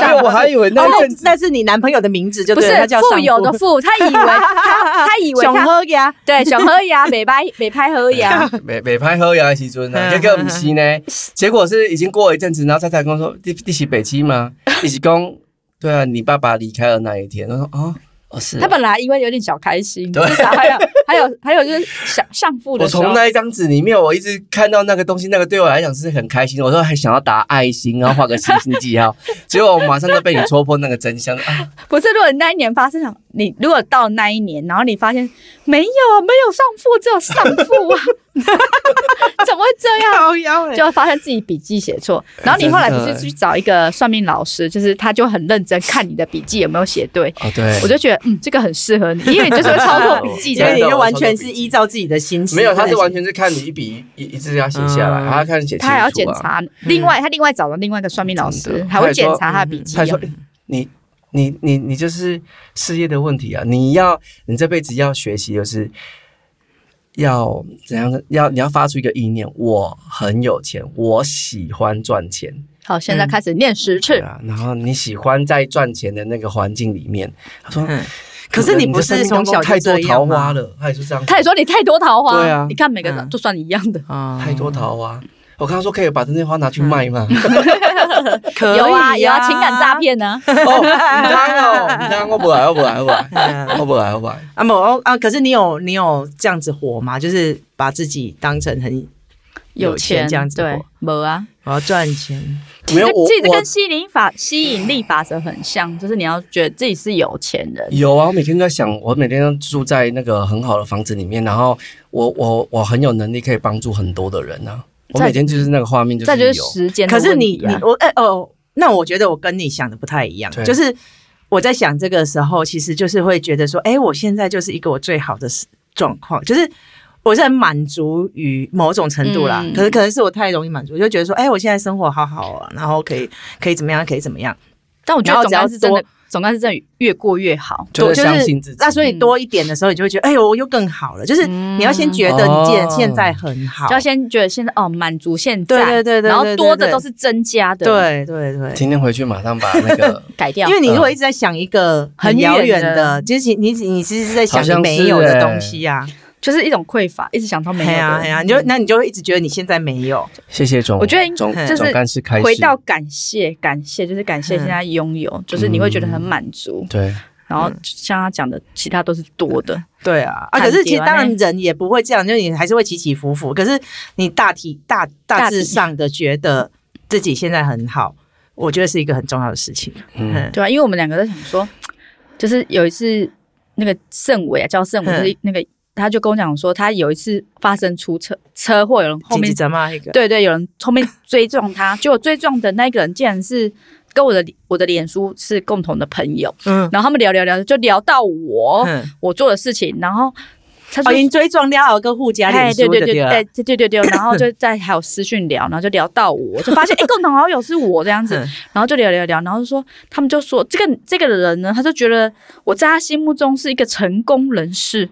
为我还以为那一那阵子哦那是你男朋友的名字就不对是了，他叫富有的富，他以 为他他以为熊他喝呀，对想喝牙，美拍美拍 喝牙，美美拍喝牙时尊啊，嗯这个不是呢。结果是已经过了一阵子，然后蔡蔡跟我说：“你你是北七吗？你是公？对啊，你爸爸离开了那一天。”他说：“哦，哦是啊。 他”本来因为有点小开心，对至少还有还有还有就是上上腹我的时候从，那一张纸里面，我一直看到那个东西，那个对我来讲是很开心的。我说还想要打爱心，然后画个星星记号，结果我马上就被你戳破那个真相啊！不是如果你那一年发生，你如果到那一年，然后你发现没有啊，没有上腹，只有上腹啊， 怎么会这样？高腰欸就发现自己笔记写错，然后你后来不是去找一个算命老师，就是他就很认真看你的笔记有没有写对，哦，对，我就觉得嗯，这个很适合你，因为你就是会操作笔 记因的真为的你人。就完全是依照自己的心情，没有，他是完全是看你一笔一一字要写下来，嗯然后他看写清楚、啊。他还要检，查，另外他另外找了另外一个算命老真师的，还会检查他的笔记他哦。说欸你你你你就是事业的问题啊！你要你这辈子要学习就是。要怎样的？要你要发出一个意念，我很有钱，我喜欢赚钱，好，现在嗯开始念十对次，啊，然后你喜欢在赚钱的那个环境里面。他说嗯，可是你不是从小太就多这桃花样吗？了，他也是这样，他也说你太多桃花，对啊你看每个人嗯都算一样的，啊太多桃花。我刚刚说可以把这些花拿去卖吗？ 可以有啊有啊，情感诈。骗呢，哦，你当哦，你当我不来，我不来，我不来，嗯我不来，我不来。啊某啊，可是你有你有这样子活吗？就是把自己当成很有钱钱这样子对活，没啊，我要赚钱，没有我这这我跟吸引法吸引力法则很像，就是你要觉得自己是有钱人，有啊，我每天都在想，我每天都住在那个很好的房子里面，然后我我我很有能力可以帮助很多的人啊。我每天就是那个画面，就再就是是有时间的可是问你题你啊、我哎、哦，那我觉得我跟你想的不太一样对，就是我在想这个时候，其实就是会觉得说，哎、我现在就是一个我最好的时状况，就是。我是很满足于某种程度啦，嗯可是可能是我太容易满足，我就觉得说，哎、我现在生活好好啊，然后可以可以怎么样，可以怎么样，但我觉然得后总只要干是真的多，总干是真的越过越好。就多是相信自己。那所以多一点的时候，你就会觉得，哎、呦，我又更好了。就是嗯你要先觉得你哦现现在很好，就要先觉得现在哦，满足现在，对对对对对然后对多的对都是增加的，，对对对，今天回去马上把那个改掉。因为你如果一直在想一个嗯很很遥远远的的，就是你你你其实是在好像想是没有欸的东西啊，就是一种匮乏，一直想到没有哎的。嗯呀哎呀，你就那你就会一直觉得你现在没有，谢谢总，我觉得应总就是总干事开始回到感谢，感谢就是感嗯谢现在拥有，就是你会觉得很满足。对，然嗯后像他讲的，其他都是多的，对啊，啊，看可是其实久了当然呢人也不会这样，就是你还是会起起伏伏，可是你大体大大大体致上的觉得自己现在很好，我觉得是一个很重要的事情。嗯，对吧、啊因为我们两个在想说，就是有一次那个盛伟啊，叫盛伟，嗯就是那个他就跟我讲说，他有一次发生出车车祸，有人后紧面急责骂一个，对对，有人后面追撞 他，结果追撞的那个人竟然是跟我的我的脸书是共同的朋友，嗯，然后他们聊聊聊就聊到我、嗯我做的事情，然后哦他就哦，因追撞了跟互加哎，脸对书对的对，对哎，对对 对对，然后就在还有私讯聊，然后就聊到我，就发现哎，共同好友是我这样子嗯，然后就聊聊聊，然后就说他们就说这个这个人呢，他就觉得我在他心目中是一个成功人 士，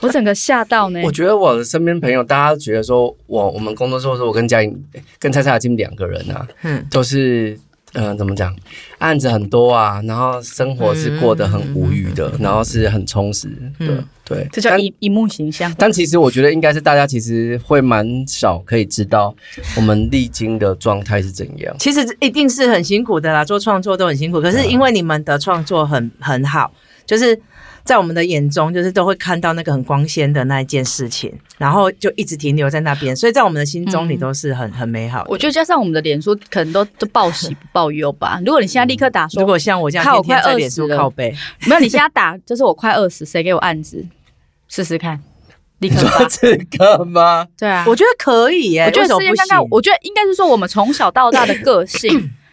我整个吓到呢。我觉得我的身边朋友，大家觉得说我我们工作做的时候，我跟嘉颖、跟蔡蔡雅金两个人啊，嗯都是嗯、呃怎么讲，案子很多啊，然后生活是过得很无语的，然后是很充实的，嗯对。这叫但一一幕形象，但其实我觉得应该是大家其实会蛮少可以知道我们历经的状态是怎样。其实一定是很辛苦的啦，做创作都很辛苦。可啊是因为你们的创作很很好，就是在我们的眼中，就是都会看到那个很光鲜的那一件事情，然后就一直停留在那边，所以在我们的心中，嗯你都是很很美好的。我觉得加上我们的脸书可能都都报喜不报忧吧。如果你现在立刻打嗯说如，果像我这样看我天嗯快天在脸书20了靠背，没有，你现在打就是我快二十，谁给我案子试 试看，立你刻说啊发。 这个吗？对啊，我觉得可以耶、我觉为什得么试不验看看行，我觉得应该是说我们从小到大的 个性，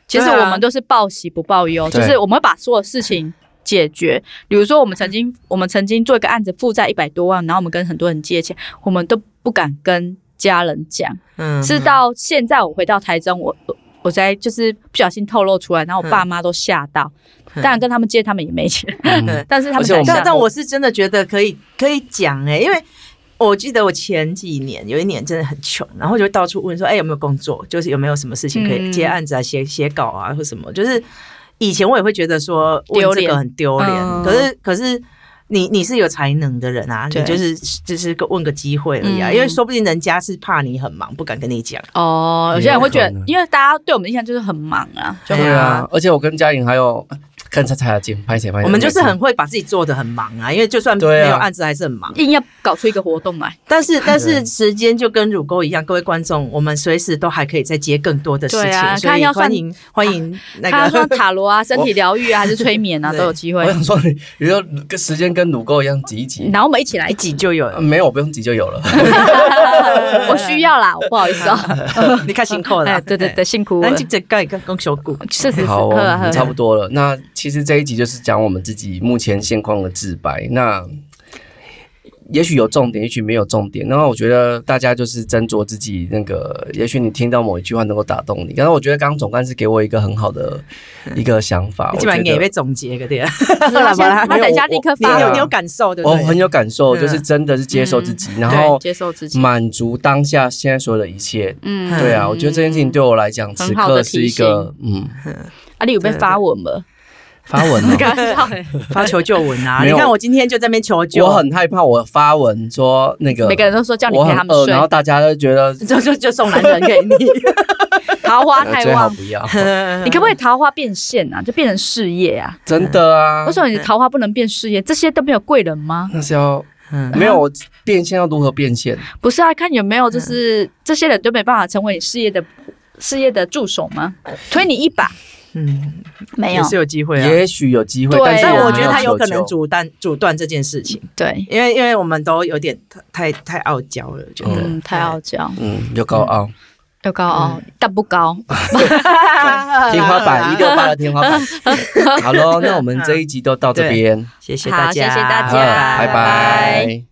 其实对啊我们都是报喜不报忧，就对是我们会把所有事情解决。比如说，我们曾经我们曾经做一个案子，负债一百多万，然后我们跟很多人借钱，我们都不敢跟家人讲。嗯是到现在我回到台中，我我我才就是不小心透露出来，然后我爸妈都吓到。当然跟他们借，他们也没钱， 嗯但是他而们且我才们吓但到但我是真的觉得可以可以讲哎、因为我记得我前几年有一年真的很穷，然后就到处问说，哎、有没有工作？就是有没有什么事情可以嗯接案子啊、写写稿啊或什么？就是以前我也会觉得说问丢这脸个很丢脸，嗯可是可是。你你是有才能的人啊，对你就是就是个问个机会而已啊，嗯因为说不定人家是怕你很忙，不敢跟你讲。哦，有些人会觉也有可得，能因为大家对我们的印象就是很忙啊，就哎对呀啊，哎而且我跟嘉颖还有跟蔡蔡雅金拍谁拍谁，我们就是很会把自己做的很忙啊，因为就算没对啊有案子还是很忙。硬要搞出一个活动来。但是但是时间就跟乳沟一样，各位观众，我们随时都还可以再接更多的事对情，啊所看以要算欢迎欢迎 那他个说塔罗啊、身体疗愈啊，还是催 眠啊，对都有机会我。想说，你你说跟时间跟乳沟一样挤一挤，然后我们一 起来一集就有呃，没有，我不用挤就有了。我需 要啦，我不好意思哦。嗯你看辛苦 哎，了，对对 对，，辛苦了咱。就这个一个公小 股，是啊是是，好、呵呵哦，差呵不多了。那其实这一集就是讲我们自己目前现况的自白。那也许有重点，也许没有重点。然后我觉得大家就是斟酌自己那个，也许你听到某一句话能够打动你。然后我觉得刚刚总干事给我一个很好的一个想法，我基觉本上也得被总结个对啊， 他好先啦他等一下立刻你没发有有我你有感受对不我很对？有感受，嗯就是真的是接受自己，然嗯对后接受自己。满足当下现在所有的一切。嗯对啊，我觉得这件事情对我来讲，此很好的刻是一提醒个嗯啊，你有被发文 吗？发文、 哦。开玩笑的，发求救文啊， 没你有看我今天就在那边求救， 我很害怕我发文说那个每个人都说叫你我陪很他们饿，睡然，后大家都觉得就就就送男人给你， 桃花呃 太最好旺。不 要，你可不可以桃花变现啊？就变成事业啊？真的啊为。什么你的桃花不能变事业？这些都没有贵人吗？那是要嗯没有我变现要如何变现？不是啊，看有没有就是这些人都没办法成为你事业的事业的助手吗？推你一把，嗯，没也有是有机会啊。也许有机会，对但是啊但们我觉得他没有可能求救阻断阻断这件事情，对，因为因为我们都有点太太太傲娇了，我觉得、嗯，太傲娇，嗯，又高傲，又高傲，但不高， 天花 板一六八的天花板。好喽，那我们这一集都到这边，谢谢好大家，谢谢大好家拜拜拜。